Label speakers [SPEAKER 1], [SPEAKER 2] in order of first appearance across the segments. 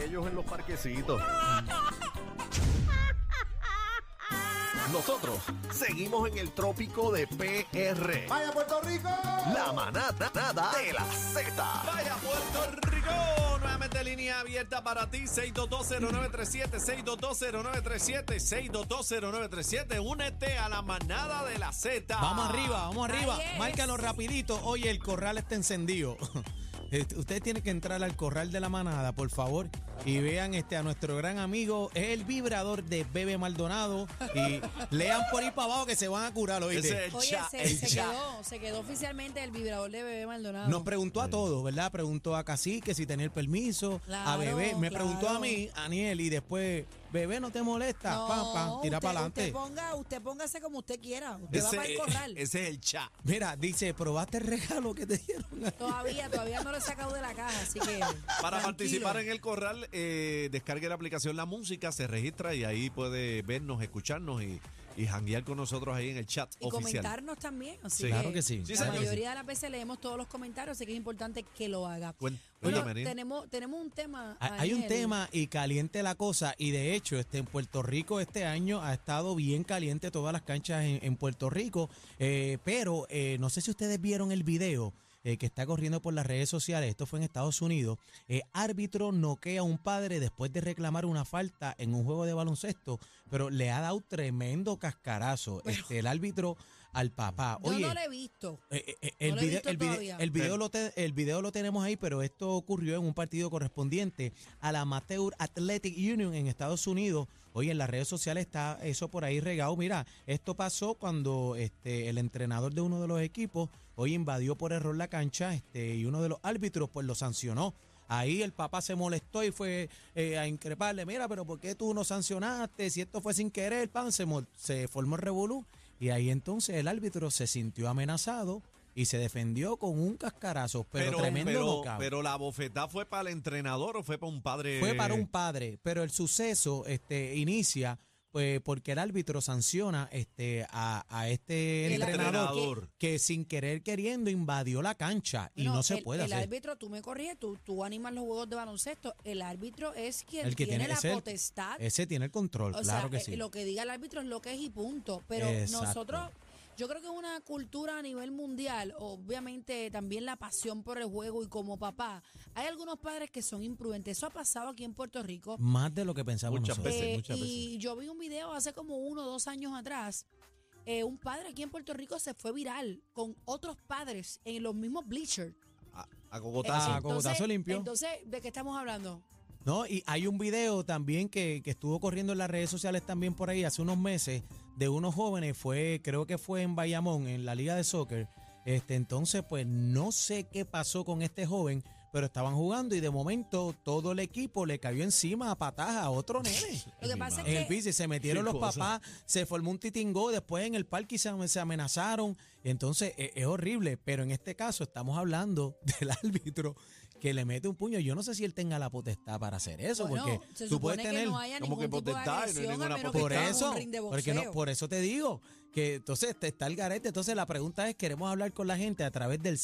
[SPEAKER 1] caballos en los parquecitos. Nosotros seguimos en el trópico de PR.
[SPEAKER 2] ¡Vaya Puerto Rico!
[SPEAKER 1] La manada nada de la Z.
[SPEAKER 3] Vaya Puerto Rico. Nuevamente línea abierta para ti. 6220937, 6220937, 6220937. Únete a la manada de la Z.
[SPEAKER 4] Vamos arriba,
[SPEAKER 5] Ah,
[SPEAKER 4] vamos arriba.
[SPEAKER 5] Ahí es.
[SPEAKER 4] Márcalo rapidito. Oye, el corral está encendido. Este, Ustedes tienen que entrar al corral de la manada, por favor, y vean este a nuestro gran amigo, es el vibrador de Bebe Maldonado. Y lean por ahí para abajo que se van a curar,
[SPEAKER 3] Ese
[SPEAKER 4] oíste.
[SPEAKER 3] es el
[SPEAKER 5] Oye,
[SPEAKER 3] cha,
[SPEAKER 5] se,
[SPEAKER 3] el
[SPEAKER 5] se
[SPEAKER 3] cha.
[SPEAKER 5] quedó, se quedó oficialmente el vibrador de bebé Maldonado.
[SPEAKER 4] Nos preguntó a todos, ¿verdad? Preguntó a Cacique si tenía el permiso, a
[SPEAKER 5] Claro,
[SPEAKER 4] Bebé, me preguntó a
[SPEAKER 5] claro.
[SPEAKER 4] mí, a Aniel, y después, Bebé, no te molesta,
[SPEAKER 5] No,
[SPEAKER 4] pam, pam, tira
[SPEAKER 5] usted-
[SPEAKER 4] para adelante.
[SPEAKER 5] Usted, ponga, usted póngase como usted quiera. Usted va
[SPEAKER 3] Ese,
[SPEAKER 5] para el corral.
[SPEAKER 3] ese es el cha.
[SPEAKER 4] Mira, dice, ¿probaste el regalo que te dieron?
[SPEAKER 5] Todavía, todavía no lo he sacado de la caja, así que.
[SPEAKER 3] Para
[SPEAKER 5] tranquilo.
[SPEAKER 3] participar en el corral, eh, descargue la aplicación La Música, se registra y ahí puede vernos, escucharnos y, y janguear con nosotros ahí en el chat
[SPEAKER 5] Y
[SPEAKER 3] oficial.
[SPEAKER 5] comentarnos también. Así
[SPEAKER 3] Sí. Claro
[SPEAKER 4] que sí.
[SPEAKER 3] Sí,
[SPEAKER 5] la
[SPEAKER 3] señor.
[SPEAKER 5] mayoría de las veces leemos todos los comentarios, así que es importante que lo haga.
[SPEAKER 3] Cuen-
[SPEAKER 5] Bueno,
[SPEAKER 3] cuéntame, Ariel.
[SPEAKER 5] tenemos, tenemos un tema.
[SPEAKER 4] Ha- Hay un
[SPEAKER 5] Ariel.
[SPEAKER 4] tema y caliente la cosa y de hecho este en Puerto Rico este año ha estado bien caliente todas las canchas en, en Puerto Rico eh, pero eh, no sé si ustedes vieron el video eh, que está corriendo por las redes sociales esto fue en Estados Unidos Eh, árbitro noquea a un padre después de reclamar una falta en un juego de baloncesto pero le ha dado tremendo cascarazo este, el árbitro al papá
[SPEAKER 5] Yo
[SPEAKER 4] Oye,
[SPEAKER 5] no lo he visto.
[SPEAKER 4] eh, eh, eh, el,
[SPEAKER 5] No lo he
[SPEAKER 4] video,
[SPEAKER 5] visto
[SPEAKER 4] el, vide-
[SPEAKER 5] todavía.
[SPEAKER 4] el video lo te- el video lo tenemos ahí, pero esto ocurrió en un partido correspondiente a la Amateur Athletic Union en Estados Unidos. Hoy en las redes sociales está eso por ahí regado. Mira, esto pasó cuando este, el entrenador de uno de los equipos hoy invadió por error la cancha este, y uno de los árbitros pues lo sancionó. Ahí el papá se molestó y fue eh, a increparle, mira, pero ¿por qué tú no sancionaste? Si esto fue sin querer, pan, se, mol- se formó el revolú. Y ahí entonces el árbitro se sintió amenazado y se defendió con un cascarazo, pero, tremendo
[SPEAKER 3] pero-
[SPEAKER 4] knockout.
[SPEAKER 3] pero la bofetada fue para el entrenador o fue para un padre.
[SPEAKER 4] Fue para un padre, pero el suceso este, inicia pues, porque el árbitro sanciona este, a, a este
[SPEAKER 5] El
[SPEAKER 4] entrenador
[SPEAKER 3] entrenador.
[SPEAKER 4] que sin querer queriendo invadió la cancha y
[SPEAKER 5] Bueno,
[SPEAKER 4] no se
[SPEAKER 5] el-
[SPEAKER 4] puede
[SPEAKER 5] el
[SPEAKER 4] hacer.
[SPEAKER 5] árbitro, tú me corriges, tú, tú animas los juegos de baloncesto. El árbitro es quien
[SPEAKER 4] El que
[SPEAKER 5] tiene,
[SPEAKER 4] tiene-
[SPEAKER 5] la
[SPEAKER 4] es el-
[SPEAKER 5] potestad.
[SPEAKER 4] Ese tiene el control,
[SPEAKER 5] o
[SPEAKER 4] claro
[SPEAKER 5] sea,
[SPEAKER 4] que
[SPEAKER 5] eh,
[SPEAKER 4] sí.
[SPEAKER 5] lo que diga el árbitro es lo que es y punto. Pero
[SPEAKER 4] Exacto.
[SPEAKER 5] nosotros, yo creo que es una cultura a nivel mundial, obviamente también la pasión por el juego y como papá, hay algunos padres que son imprudentes. Eso ha pasado aquí en Puerto Rico.
[SPEAKER 4] Más de lo que pensamos
[SPEAKER 3] Muchas
[SPEAKER 4] nosotros.
[SPEAKER 3] veces,
[SPEAKER 5] Eh,
[SPEAKER 3] muchas
[SPEAKER 5] y yo vi un video hace como uno o dos años atrás. eh, un padre aquí en Puerto Rico se fue viral con otros padres en los mismos bleachers.
[SPEAKER 3] A, a cocotazo.
[SPEAKER 4] Ah, cocotazo
[SPEAKER 5] Entonces-
[SPEAKER 4] limpio.
[SPEAKER 5] Entonces, ¿de qué estamos hablando?
[SPEAKER 4] No, y hay un video también que, que estuvo corriendo en las redes sociales también por ahí hace unos meses de unos jóvenes, fue, creo que fue en Bayamón, en la liga de soccer. Este, entonces, pues no sé qué pasó con este joven, pero estaban jugando y de momento todo el equipo le cayó encima a pataja a otro nene.
[SPEAKER 5] Lo que pasa
[SPEAKER 4] En
[SPEAKER 5] es
[SPEAKER 4] el
[SPEAKER 5] que
[SPEAKER 4] piso y se metieron
[SPEAKER 3] Qué
[SPEAKER 4] los
[SPEAKER 3] cosa.
[SPEAKER 4] papás, se formó un titingó, después en el parque y se, se amenazaron. Entonces e- es, horrible, pero en este caso estamos hablando del árbitro que le mete un puño. Yo no sé si él tenga la potestad para hacer eso,
[SPEAKER 5] bueno,
[SPEAKER 4] porque
[SPEAKER 5] se
[SPEAKER 4] tú
[SPEAKER 5] supone
[SPEAKER 4] puedes tener...
[SPEAKER 5] que no haya
[SPEAKER 3] como
[SPEAKER 5] ningún
[SPEAKER 3] que
[SPEAKER 5] tipo de
[SPEAKER 3] potestad y no hay
[SPEAKER 5] agresión, a
[SPEAKER 3] ninguna
[SPEAKER 5] menos que
[SPEAKER 4] por
[SPEAKER 3] potestad.
[SPEAKER 5] estés en
[SPEAKER 4] eso,
[SPEAKER 5] un ring de
[SPEAKER 4] porque no,
[SPEAKER 5] boxeo.
[SPEAKER 4] por eso te digo que entonces te está el garete. Entonces la pregunta es, queremos hablar con la gente a través del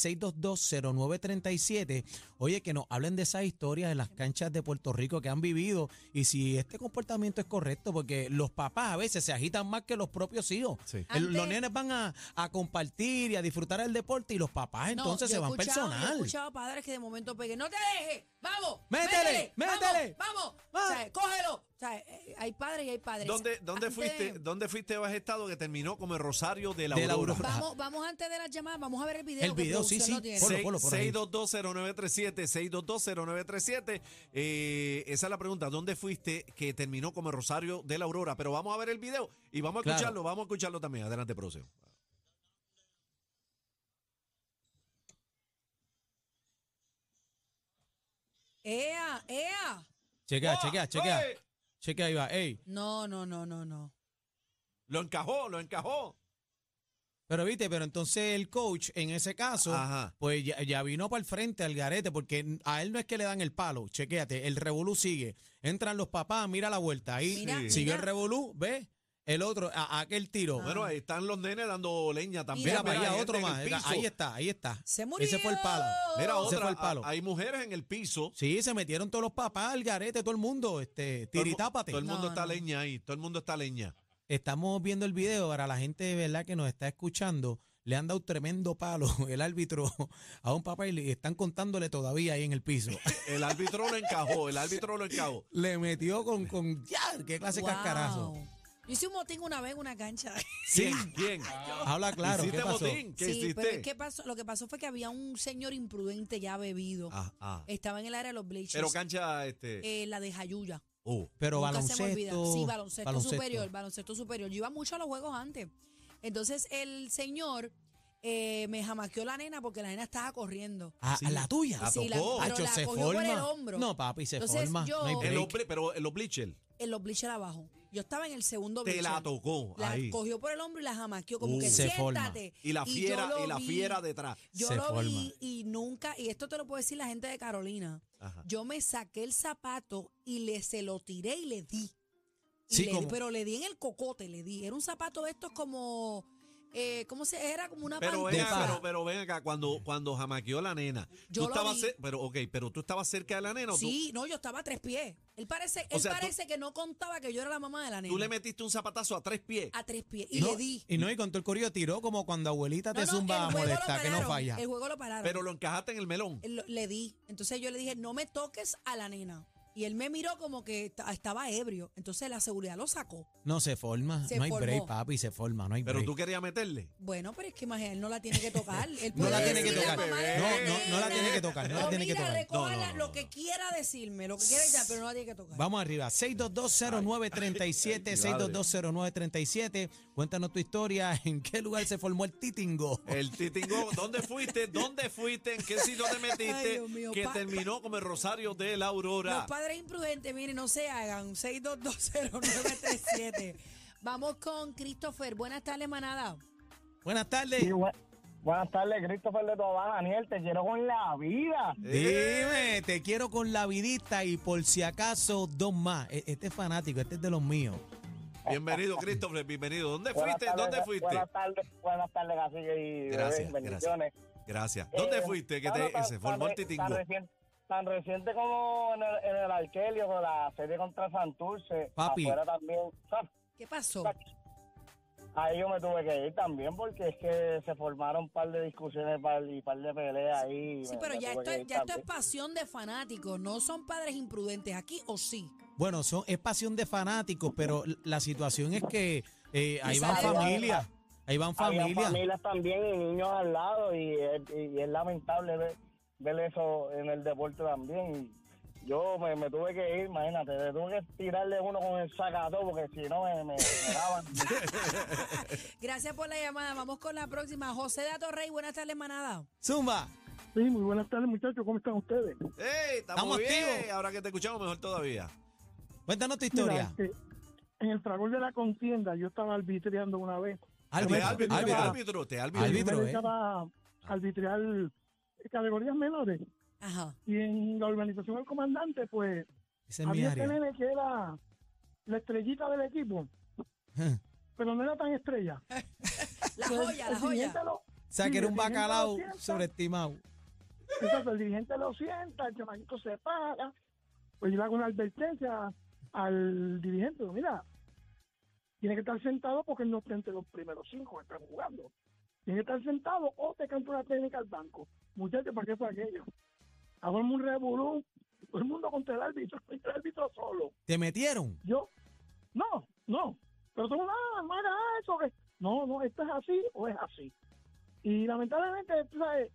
[SPEAKER 4] 6220937. Oye, que nos hablen de esas historias en las canchas de Puerto Rico que han vivido y si este comportamiento es correcto, porque los papás a veces se agitan más que los propios hijos.
[SPEAKER 3] Sí.
[SPEAKER 4] El- los
[SPEAKER 5] Antes-
[SPEAKER 4] nenes van a, a compartir y a disfrutar el deporte y los papás
[SPEAKER 5] No,
[SPEAKER 4] entonces
[SPEAKER 5] yo
[SPEAKER 4] se
[SPEAKER 5] he
[SPEAKER 4] van
[SPEAKER 5] escuchado- Yo he
[SPEAKER 4] personal.
[SPEAKER 5] escuchado padres que de momento peguen, no te dejes, vamos,
[SPEAKER 4] Métele, métele.
[SPEAKER 5] vamos, vamos,
[SPEAKER 4] Ah.
[SPEAKER 5] o sea, cógelo. O sea, eh, hay padres y hay padres.
[SPEAKER 3] ¿Dónde, dónde
[SPEAKER 5] Antes-
[SPEAKER 3] fuiste, ¿Dónde fuiste a estado que terminó como el Rosario de la
[SPEAKER 4] De la
[SPEAKER 3] Aurora?
[SPEAKER 4] Aurora.
[SPEAKER 5] Vamos, vamos antes de las llamadas, vamos a ver el video.
[SPEAKER 4] El
[SPEAKER 5] que
[SPEAKER 4] video, sí,
[SPEAKER 5] producción
[SPEAKER 4] sí.
[SPEAKER 5] lo tiene.
[SPEAKER 4] Por- Ponlo, ponlo, ponlo ahí.
[SPEAKER 3] 6220937, 6220937. Eh, esa es la pregunta. ¿Dónde fuiste que terminó como el Rosario de la Aurora? Pero vamos a ver el video y vamos a
[SPEAKER 4] Claro.
[SPEAKER 3] escucharlo, vamos a escucharlo también. Adelante, próximo.
[SPEAKER 5] Ea, ea.
[SPEAKER 4] Chequea,
[SPEAKER 3] ¡Ah!
[SPEAKER 5] ¡Ah!
[SPEAKER 4] chequea, chequea. Chequea ahí va. Ey,
[SPEAKER 5] No, no, no, no, no.
[SPEAKER 3] Lo encajó, lo encajó.
[SPEAKER 4] pero viste, pero entonces el coach en ese caso...
[SPEAKER 3] Ajá.
[SPEAKER 4] Pues ya, ya vino para el frente al garete, porque a él no es que le dan el palo. Chequéate, el revolú sigue. Entran los papás, mira la vuelta. Ahí
[SPEAKER 5] Mira,
[SPEAKER 4] siguió
[SPEAKER 5] mira.
[SPEAKER 4] el revolú, ¿ves? El otro, a- a aquel tiro.
[SPEAKER 3] Bueno, ahí están los nenes dando leña también.
[SPEAKER 4] Mira, para allá
[SPEAKER 3] gente
[SPEAKER 4] otro
[SPEAKER 3] en el
[SPEAKER 4] más.
[SPEAKER 3] piso.
[SPEAKER 4] Ahí está, ahí está.
[SPEAKER 5] Se murió.
[SPEAKER 4] Ese fue el palo.
[SPEAKER 3] Mira,
[SPEAKER 4] Ese
[SPEAKER 3] otra. ah,
[SPEAKER 4] fue el palo.
[SPEAKER 3] Hay mujeres en el piso.
[SPEAKER 4] Sí, se metieron todos los papás, al garete, todo el mundo. Este,
[SPEAKER 3] Todo el mu-
[SPEAKER 4] tiritápate.
[SPEAKER 3] Todo el mundo
[SPEAKER 5] No,
[SPEAKER 3] está
[SPEAKER 5] no.
[SPEAKER 3] leña ahí. Todo el mundo está leña.
[SPEAKER 4] Estamos viendo el video para la gente de verdad que nos está escuchando. Le han dado tremendo palo el árbitro a un papá y le están contándole todavía ahí en el piso.
[SPEAKER 3] El árbitro lo encajó. El árbitro lo encajó.
[SPEAKER 4] Le metió con, con ya, qué clase de
[SPEAKER 5] Wow.
[SPEAKER 4] cascarazo.
[SPEAKER 5] Yo hice un motín una vez en una cancha.
[SPEAKER 4] Sí.
[SPEAKER 3] Bien.
[SPEAKER 4] Habla claro, ¿qué
[SPEAKER 3] ¿Hiciste
[SPEAKER 4] pasó?
[SPEAKER 3] botín? ¿Qué
[SPEAKER 5] sí,
[SPEAKER 3] hiciste?
[SPEAKER 5] pero es que pasó, lo que pasó fue que había un señor imprudente ya bebido.
[SPEAKER 3] Ah, ah.
[SPEAKER 5] Estaba en el área de los bleachers.
[SPEAKER 3] Pero cancha, este.
[SPEAKER 5] eh, la de Jayuya.
[SPEAKER 3] oh.
[SPEAKER 4] Pero
[SPEAKER 5] Nunca se me olvida.
[SPEAKER 4] baloncesto.
[SPEAKER 5] Sí, baloncesto,
[SPEAKER 4] baloncesto.
[SPEAKER 5] superior, baloncesto superior. Yo iba mucho a los juegos antes. Entonces el señor eh, me jamaqueó la nena porque la nena estaba corriendo.
[SPEAKER 4] Ah,
[SPEAKER 3] Sí.
[SPEAKER 4] la tuya.
[SPEAKER 3] La
[SPEAKER 5] Sí, la-
[SPEAKER 3] tocó.
[SPEAKER 5] pero
[SPEAKER 4] Hacho,
[SPEAKER 5] la
[SPEAKER 4] se
[SPEAKER 5] cogió
[SPEAKER 4] forma.
[SPEAKER 5] por el hombro.
[SPEAKER 4] No, papi, se
[SPEAKER 5] Entonces,
[SPEAKER 4] forma.
[SPEAKER 5] yo-
[SPEAKER 4] no hay
[SPEAKER 5] El
[SPEAKER 3] El
[SPEAKER 4] break.
[SPEAKER 3] hombre, pero los bleachers.
[SPEAKER 5] En los bleachers abajo. Yo estaba en el segundo
[SPEAKER 3] Te
[SPEAKER 5] bleacher.
[SPEAKER 3] la tocó
[SPEAKER 5] La
[SPEAKER 3] ahí.
[SPEAKER 5] cogió por el hombro y la jamaqueó como
[SPEAKER 3] Uh.
[SPEAKER 5] que
[SPEAKER 4] Se forma.
[SPEAKER 5] siéntate.
[SPEAKER 3] Y la
[SPEAKER 5] yo
[SPEAKER 3] fiera,
[SPEAKER 5] lo
[SPEAKER 3] y la
[SPEAKER 5] vi.
[SPEAKER 3] fiera detrás.
[SPEAKER 5] Yo
[SPEAKER 4] Se
[SPEAKER 5] lo
[SPEAKER 4] forma.
[SPEAKER 5] vi y nunca, y esto te lo puedo decir la gente de Carolina.
[SPEAKER 3] Ajá.
[SPEAKER 5] Yo me saqué el zapato y le se lo tiré y le di. Y
[SPEAKER 4] Sí,
[SPEAKER 5] le di,
[SPEAKER 4] como-
[SPEAKER 5] pero le di en el cocote, le di. Era un zapato de estos como, eh, ¿cómo se? Era como una
[SPEAKER 3] Pero ven,
[SPEAKER 5] pantufla.
[SPEAKER 3] acá,
[SPEAKER 4] pana.
[SPEAKER 3] pero, pero ven acá, cuando, cuando jamaqueó la nena.
[SPEAKER 5] Yo
[SPEAKER 3] tú
[SPEAKER 5] lo
[SPEAKER 3] estabas
[SPEAKER 5] vi.
[SPEAKER 3] cer- pero, ok, pero tú estabas cerca de la nena o tú-
[SPEAKER 5] sí, no, yo estaba a tres pies. Él parece, él
[SPEAKER 3] sea, tú-
[SPEAKER 5] parece que no contaba que yo era la mamá de la
[SPEAKER 3] tú,
[SPEAKER 5] nena.
[SPEAKER 3] le metiste un zapatazo a tres pies.
[SPEAKER 5] a tres pies. Y
[SPEAKER 4] No,
[SPEAKER 5] le di.
[SPEAKER 4] Y no, y con todo el corillo tiró como cuando abuelita
[SPEAKER 5] No,
[SPEAKER 4] te
[SPEAKER 5] no,
[SPEAKER 4] zumba
[SPEAKER 5] el
[SPEAKER 4] a
[SPEAKER 5] juego lo
[SPEAKER 4] molestar, que no
[SPEAKER 5] pararon,
[SPEAKER 4] falla.
[SPEAKER 5] El juego lo pararon.
[SPEAKER 3] Pero lo encajaste en el melón.
[SPEAKER 5] Él lo- le di. Entonces yo le dije, no me toques a la nena. Y él me miró como que esta- estaba ebrio. Entonces la seguridad lo sacó.
[SPEAKER 4] No se forma,
[SPEAKER 5] Se
[SPEAKER 4] no hay break,
[SPEAKER 5] formó.
[SPEAKER 4] papi, se forma, no hay
[SPEAKER 3] Pero
[SPEAKER 4] break.
[SPEAKER 3] tú querías meterle.
[SPEAKER 5] Bueno, pero es que imagínate, él no la tiene que tocar. Él
[SPEAKER 4] No
[SPEAKER 5] puede
[SPEAKER 4] la tiene que
[SPEAKER 5] decirle,
[SPEAKER 4] tocar.
[SPEAKER 5] "Mamá de
[SPEAKER 4] No, no,
[SPEAKER 5] la
[SPEAKER 4] no la
[SPEAKER 5] nena".
[SPEAKER 4] tiene que tocar, no la
[SPEAKER 5] O
[SPEAKER 4] tiene que
[SPEAKER 5] mira,
[SPEAKER 4] tocar.
[SPEAKER 5] recójala,
[SPEAKER 3] No, no, no,
[SPEAKER 5] lo que quiera decirme, lo que quiera decir, pero no la tiene que tocar.
[SPEAKER 4] Vamos arriba, 6220937,
[SPEAKER 3] Ay, ay, mi madre.
[SPEAKER 4] 6220937. Cuéntanos tu historia, en qué lugar se formó el títingo.
[SPEAKER 3] El titingo, ¿dónde fuiste? ¿Dónde fuiste? ¿En qué sitio te
[SPEAKER 5] Ay,
[SPEAKER 3] metiste?
[SPEAKER 5] Dios mío,
[SPEAKER 3] que
[SPEAKER 5] pa-
[SPEAKER 3] terminó como el rosario de la aurora.
[SPEAKER 5] Los padres imprudentes, miren, no se hagan. 6220937. Vamos con Christopher. Buenas tardes, manada.
[SPEAKER 4] Buenas tardes.
[SPEAKER 2] Sí, bu- buenas tardes, Christopher de Tobá, Daniel, te quiero con la vida.
[SPEAKER 4] Dime, te quiero con la vidita y por si acaso dos más. E- Este es fanático, este es de los míos.
[SPEAKER 3] Bienvenido, Christopher, bienvenido. ¿Dónde
[SPEAKER 2] Buenas
[SPEAKER 3] fuiste?
[SPEAKER 2] tardes,
[SPEAKER 3] ¿Dónde fuiste?
[SPEAKER 2] Buenas tardes, buenas tardes, cacique y bebé,
[SPEAKER 3] Gracias,
[SPEAKER 2] bendiciones.
[SPEAKER 3] Gracias. ¿Dónde
[SPEAKER 2] Eh,
[SPEAKER 3] fuiste que
[SPEAKER 2] no, no,
[SPEAKER 3] te, se formó el
[SPEAKER 2] re-
[SPEAKER 3] titingo?
[SPEAKER 2] Tan reciente, tan reciente como en el, en el Arkelio, con la serie contra Santurce,
[SPEAKER 4] Papi.
[SPEAKER 2] afuera también. Ah,
[SPEAKER 5] ¿Qué pasó?
[SPEAKER 2] Ahí yo me tuve que ir también porque es que se formaron un par de discusiones par- y un par de peleas ahí.
[SPEAKER 5] Sí,
[SPEAKER 2] me-
[SPEAKER 5] pero
[SPEAKER 2] me
[SPEAKER 5] ya
[SPEAKER 2] tuve
[SPEAKER 5] esto,
[SPEAKER 2] que
[SPEAKER 5] es-
[SPEAKER 2] ir
[SPEAKER 5] ya esto es
[SPEAKER 2] también.
[SPEAKER 5] pasión de fanáticos. No son padres imprudentes aquí o sí.
[SPEAKER 4] Bueno, son, es pasión de fanáticos, pero l- la situación es que eh, ahí van
[SPEAKER 5] sale-
[SPEAKER 4] familias. Ahí van
[SPEAKER 2] Había
[SPEAKER 4] familias.
[SPEAKER 2] familias también y niños al lado y es, y es lamentable ver, ver eso en el deporte también. Yo me, me tuve que ir, imagínate, me tuve que tirarle uno con el sacado porque si no me, me, me daban.
[SPEAKER 5] Gracias por la llamada. Vamos con la próxima. José de Atorrey, buenas tardes, manada.
[SPEAKER 4] Zumba.
[SPEAKER 6] Sí, muy buenas tardes muchachos, ¿cómo están ustedes?
[SPEAKER 3] ¡Ey!
[SPEAKER 4] Estamos
[SPEAKER 3] Estamos bien.
[SPEAKER 4] activos.
[SPEAKER 3] Ahora que te escuchamos mejor todavía.
[SPEAKER 4] Cuéntanos tu
[SPEAKER 6] Mira,
[SPEAKER 4] historia.
[SPEAKER 6] este, en el fragor de la contienda yo estaba arbitreando una vez.
[SPEAKER 3] Te
[SPEAKER 4] Árbitro,
[SPEAKER 3] árbitro, te
[SPEAKER 4] árbitro.
[SPEAKER 3] árbitro, te árbitro.
[SPEAKER 4] Árbitro.
[SPEAKER 6] Yo me
[SPEAKER 4] eh.
[SPEAKER 6] dedicaba a arbitrar categorías menores
[SPEAKER 5] Ajá.
[SPEAKER 6] y en la organización del comandante pues
[SPEAKER 4] Ese es mi
[SPEAKER 6] había este
[SPEAKER 4] área.
[SPEAKER 6] nene que era la estrellita del equipo,
[SPEAKER 4] Ajá.
[SPEAKER 6] pero no era tan estrella.
[SPEAKER 5] La
[SPEAKER 6] Pues,
[SPEAKER 5] joya,
[SPEAKER 6] el
[SPEAKER 5] la joya.
[SPEAKER 6] dirigente lo-
[SPEAKER 4] O sea, que era un
[SPEAKER 6] Sí, definiendo
[SPEAKER 4] bacalao
[SPEAKER 6] la fiesta.
[SPEAKER 4] sobreestimado.
[SPEAKER 6] Entonces el dirigente lo sienta, el chamaquito se para. Pues yo le hago una advertencia al dirigente. digo, Mira, tiene que estar sentado porque él no está entre los primeros cinco que están jugando. Tiene que estar sentado o te canto una técnica al banco. Muchachos, ¿para qué fue aquello? Hago un revolú, todo el mundo contra el árbitro, y el árbitro solo.
[SPEAKER 4] ¿Te metieron?
[SPEAKER 6] Yo, no, no, pero tú nada, no hagas eso. que- No, no, esto es así o es así. Y lamentablemente, tú sabes,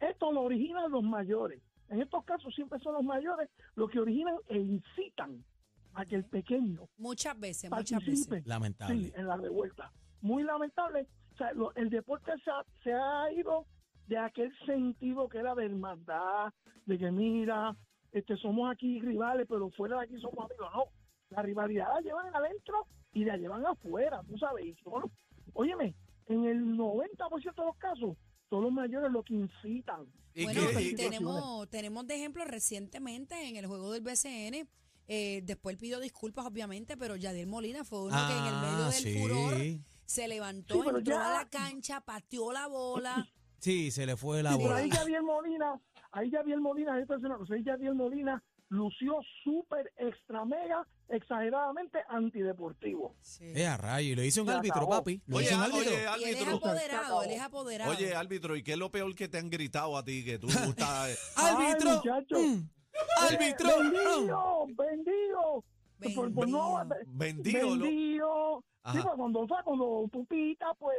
[SPEAKER 6] esto lo originan los mayores. En estos casos siempre son los mayores los que originan e incitan a que el pequeño
[SPEAKER 5] Muchas veces, muchas veces.
[SPEAKER 6] participe sí,
[SPEAKER 4] Lamentable.
[SPEAKER 6] en la revuelta. Muy lamentable. O sea, lo- el deporte se ha, se ha ido de aquel sentido que era de hermandad, de que mira, este, somos aquí rivales, pero fuera de aquí somos amigos. No, la rivalidad la llevan adentro y la llevan afuera, tú sabes. Y son- óyeme, en el 90% de los casos son los mayores los que incitan.
[SPEAKER 3] ¿Y
[SPEAKER 5] bueno,
[SPEAKER 3] qué-
[SPEAKER 6] que-
[SPEAKER 3] y-
[SPEAKER 5] tenemos, tenemos de ejemplo recientemente en el juego del BCN. Eh, después él pidió disculpas, obviamente, pero Yadiel Molina fue uno que en el medio
[SPEAKER 4] Ah,
[SPEAKER 5] del
[SPEAKER 4] sí.
[SPEAKER 5] furor se levantó,
[SPEAKER 6] Sí, pero
[SPEAKER 5] entró
[SPEAKER 6] ya-
[SPEAKER 5] a la cancha, pateó la bola.
[SPEAKER 4] Sí, se le fue la
[SPEAKER 6] Pero
[SPEAKER 4] bola.
[SPEAKER 6] ahí Javier Molina, ahí Javier Molina, ahí te voy a decir una cosa, ahí Javier Molina lució súper extra mega exageradamente antideportivo.
[SPEAKER 5] Sí.
[SPEAKER 4] Eh, a rayo, y lo hizo un
[SPEAKER 6] Se
[SPEAKER 4] árbitro,
[SPEAKER 6] acabó.
[SPEAKER 4] papi. Lo
[SPEAKER 3] Oye,
[SPEAKER 4] hizo un
[SPEAKER 3] ah,
[SPEAKER 4] árbitro.
[SPEAKER 3] oye,
[SPEAKER 5] Y él es
[SPEAKER 3] árbitro.
[SPEAKER 5] apoderado, él es apoderado.
[SPEAKER 3] Oye, árbitro, ¿y qué es lo peor que te han gritado a ti? Que tú eh? estás.
[SPEAKER 6] Ay,
[SPEAKER 4] ¡Árbitro!
[SPEAKER 6] muchacho.
[SPEAKER 4] Mm. ¡Árbitro! Mm.
[SPEAKER 6] Bendigo, bendigo. Por, por Pues, no,
[SPEAKER 5] Oh. Bendito.
[SPEAKER 3] Bendigo, ¿no?
[SPEAKER 6] bendigo. Sí,
[SPEAKER 3] Ajá.
[SPEAKER 6] pues, cuando, o sea, cuando tú pitas, pues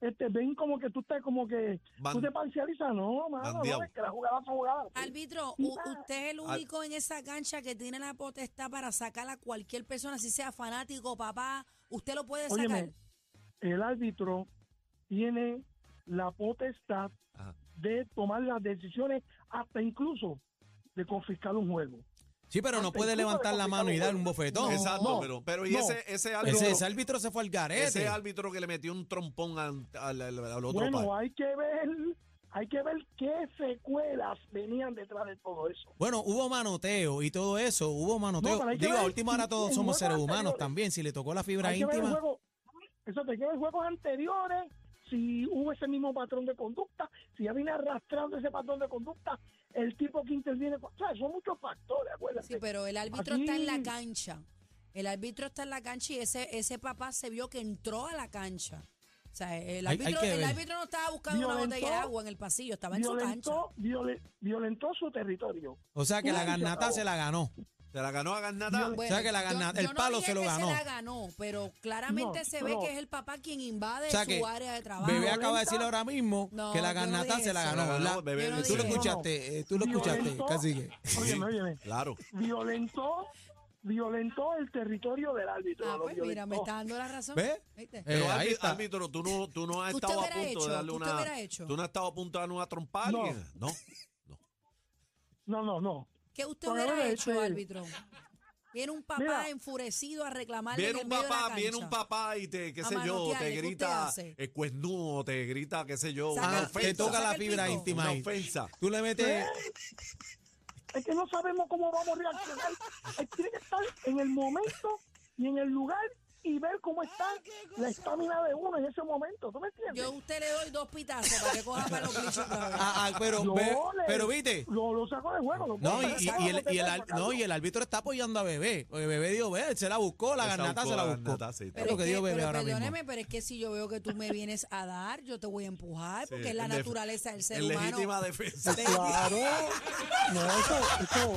[SPEAKER 6] este, ven como que tú estás como que
[SPEAKER 3] Ban-
[SPEAKER 6] tú te parcializas. No, mano,
[SPEAKER 3] Bandeado.
[SPEAKER 6] no, es que la jugada fue jugada.
[SPEAKER 5] Árbitro, u- usted es
[SPEAKER 4] Ah.
[SPEAKER 5] el único en esa cancha que tiene la potestad para sacar a cualquier persona, si sea fanático, papá. Usted lo puede sacar.
[SPEAKER 6] Óyeme, el árbitro tiene la potestad
[SPEAKER 3] Ajá.
[SPEAKER 6] de tomar las decisiones, hasta incluso de confiscar un juego.
[SPEAKER 4] Sí, pero no puede levantar la mano y dar un bofetón.
[SPEAKER 3] Exacto,
[SPEAKER 6] no,
[SPEAKER 3] pero, pero y
[SPEAKER 6] no.
[SPEAKER 3] ese, ese árbitro.
[SPEAKER 4] Ese, ese árbitro se fue al garete.
[SPEAKER 3] ese árbitro que le metió un trompón al, al- al- al otro
[SPEAKER 6] bueno,
[SPEAKER 3] par.
[SPEAKER 6] hay que ver, hay que ver qué secuelas venían detrás de todo eso.
[SPEAKER 4] Bueno, hubo manoteo y todo eso, hubo manoteo.
[SPEAKER 6] No, pero hay que
[SPEAKER 4] Digo, a
[SPEAKER 6] ver
[SPEAKER 4] última hora
[SPEAKER 6] si-
[SPEAKER 4] todos
[SPEAKER 6] en
[SPEAKER 4] somos
[SPEAKER 6] juegos
[SPEAKER 4] seres humanos
[SPEAKER 6] anteriores.
[SPEAKER 4] también. Si le tocó la fibra
[SPEAKER 6] hay que ver el
[SPEAKER 4] íntima,
[SPEAKER 6] juego, eso te queda en juegos anteriores, si hubo ese mismo patrón de conducta, si ya viene arrastrando ese patrón de conducta, el tipo que interviene, o sea, son muchos factores, acuérdate.
[SPEAKER 5] Sí, pero el árbitro está en la
[SPEAKER 6] Aquí-
[SPEAKER 5] cancha. El árbitro está en la cancha y ese, ese papá se vio que entró a la cancha. O sea, el
[SPEAKER 4] Hay- hay
[SPEAKER 5] árbitro,
[SPEAKER 4] que
[SPEAKER 5] el
[SPEAKER 4] ver.
[SPEAKER 5] árbitro no estaba buscando una
[SPEAKER 6] Violentó-
[SPEAKER 5] botella de agua en el pasillo, estaba en
[SPEAKER 6] violentó, viole- violentó su territorio.
[SPEAKER 4] o sea que la
[SPEAKER 6] Uy, se
[SPEAKER 4] garnata
[SPEAKER 6] acabó.
[SPEAKER 4] se la ganó.
[SPEAKER 3] Se la ganó a Garnata.
[SPEAKER 5] su cancha.
[SPEAKER 4] sea, que la gana- el
[SPEAKER 5] no
[SPEAKER 4] palo
[SPEAKER 5] dije
[SPEAKER 4] se lo
[SPEAKER 5] que
[SPEAKER 4] ganó.
[SPEAKER 5] la ganó, pero claramente
[SPEAKER 6] No,
[SPEAKER 5] se
[SPEAKER 6] pero-
[SPEAKER 5] ve que es el papá quien invade
[SPEAKER 4] O sea
[SPEAKER 5] su
[SPEAKER 4] que
[SPEAKER 5] área de trabajo.
[SPEAKER 4] Bebé acaba de
[SPEAKER 6] violenta.
[SPEAKER 4] decir ahora mismo
[SPEAKER 5] No,
[SPEAKER 4] que la
[SPEAKER 5] yo no
[SPEAKER 4] garnata
[SPEAKER 5] dije
[SPEAKER 4] se Ah, la
[SPEAKER 5] eso.
[SPEAKER 4] ganó,
[SPEAKER 3] Se la ganó,
[SPEAKER 4] ¿verdad?
[SPEAKER 3] bebé,
[SPEAKER 5] Yo no
[SPEAKER 3] le-
[SPEAKER 4] Tú lo
[SPEAKER 5] dije eso.
[SPEAKER 4] escuchaste, eh, tú lo escuchaste,
[SPEAKER 6] Violentó-
[SPEAKER 4] cacique.
[SPEAKER 6] Óyeme, óyeme.
[SPEAKER 3] Claro.
[SPEAKER 4] Eh,
[SPEAKER 6] violentó, violentó el territorio del árbitro.
[SPEAKER 5] Ah,
[SPEAKER 6] lo
[SPEAKER 5] pues mira, me
[SPEAKER 6] violentó.
[SPEAKER 5] está dando la razón.
[SPEAKER 4] ¿Ve?
[SPEAKER 5] ¿Viste?
[SPEAKER 3] Pero
[SPEAKER 4] Eh, ahí
[SPEAKER 3] árbi-
[SPEAKER 4] está.
[SPEAKER 3] árbitro, tú no, tú no has
[SPEAKER 5] ¿Usted
[SPEAKER 3] estado a
[SPEAKER 5] hubiera
[SPEAKER 3] punto
[SPEAKER 5] hecho?
[SPEAKER 3] de darle
[SPEAKER 5] ¿Usted
[SPEAKER 3] una.
[SPEAKER 5] hubiera hecho?
[SPEAKER 3] Tú no has estado a punto de darle una trompa a
[SPEAKER 6] No.
[SPEAKER 3] alguien. No. no.
[SPEAKER 6] No, no, no.
[SPEAKER 5] ¿Qué usted
[SPEAKER 6] Pero
[SPEAKER 5] hubiera
[SPEAKER 6] debe
[SPEAKER 5] hecho,
[SPEAKER 6] ser.
[SPEAKER 5] árbitro? Viene un papá
[SPEAKER 6] Mira.
[SPEAKER 5] enfurecido a reclamarle
[SPEAKER 3] Viene
[SPEAKER 5] en
[SPEAKER 3] un
[SPEAKER 5] el medio de
[SPEAKER 3] papá,
[SPEAKER 5] la
[SPEAKER 3] viene
[SPEAKER 5] cancha.
[SPEAKER 3] un papá y te, qué
[SPEAKER 5] A
[SPEAKER 3] sé yo,
[SPEAKER 5] manotearle,
[SPEAKER 3] te
[SPEAKER 5] ¿qué usted
[SPEAKER 3] grita
[SPEAKER 5] hace?
[SPEAKER 3] eh, cuesnudo, te grita, qué sé yo,
[SPEAKER 5] Saca
[SPEAKER 3] una
[SPEAKER 5] el
[SPEAKER 4] Ah,
[SPEAKER 5] pico,
[SPEAKER 3] ofensa.
[SPEAKER 4] te toca
[SPEAKER 5] saca
[SPEAKER 4] la
[SPEAKER 5] el
[SPEAKER 4] fibra
[SPEAKER 5] pico.
[SPEAKER 4] íntima
[SPEAKER 3] una
[SPEAKER 4] ahí.
[SPEAKER 3] ofensa.
[SPEAKER 4] Tú le metes...
[SPEAKER 6] Es que no sabemos cómo vamos a reaccionar. Eh, Tiene que estar en el momento y en el lugar y ver cómo está la estamina de uno en ese momento. ¿Tú me entiendes?
[SPEAKER 5] Yo a usted le doy dos pitazos para que coja para los bichos otra vez.
[SPEAKER 4] Ah, ah, pero,
[SPEAKER 6] Yo
[SPEAKER 4] ve-
[SPEAKER 6] le-
[SPEAKER 4] pero viste...
[SPEAKER 6] Lo, lo saco de juego. lo
[SPEAKER 4] No,
[SPEAKER 6] pongo
[SPEAKER 4] y,
[SPEAKER 6] en
[SPEAKER 4] y-
[SPEAKER 6] juego,
[SPEAKER 4] y el,
[SPEAKER 6] lo
[SPEAKER 4] y el
[SPEAKER 6] tengo
[SPEAKER 4] ar-
[SPEAKER 6] sacando.
[SPEAKER 4] no, y el árbitro está apoyando a Bebé. Porque Bebé dijo, ve, él se la buscó, la
[SPEAKER 3] Esa
[SPEAKER 4] garnata se
[SPEAKER 3] buscó,
[SPEAKER 4] la
[SPEAKER 3] la
[SPEAKER 4] buscó.
[SPEAKER 3] garnata, sí,
[SPEAKER 4] Es lo que
[SPEAKER 5] es
[SPEAKER 4] dijo Bebé
[SPEAKER 5] pero
[SPEAKER 4] ahora mismo.
[SPEAKER 5] perdóneme, pero es que si yo veo que tú me vienes a dar, yo te voy a empujar, porque
[SPEAKER 3] Sí,
[SPEAKER 5] es la
[SPEAKER 3] Eh, en def-
[SPEAKER 5] naturaleza del ser
[SPEAKER 3] en
[SPEAKER 5] humano.
[SPEAKER 3] legítima defensa.
[SPEAKER 6] Claro. No, eso, eso,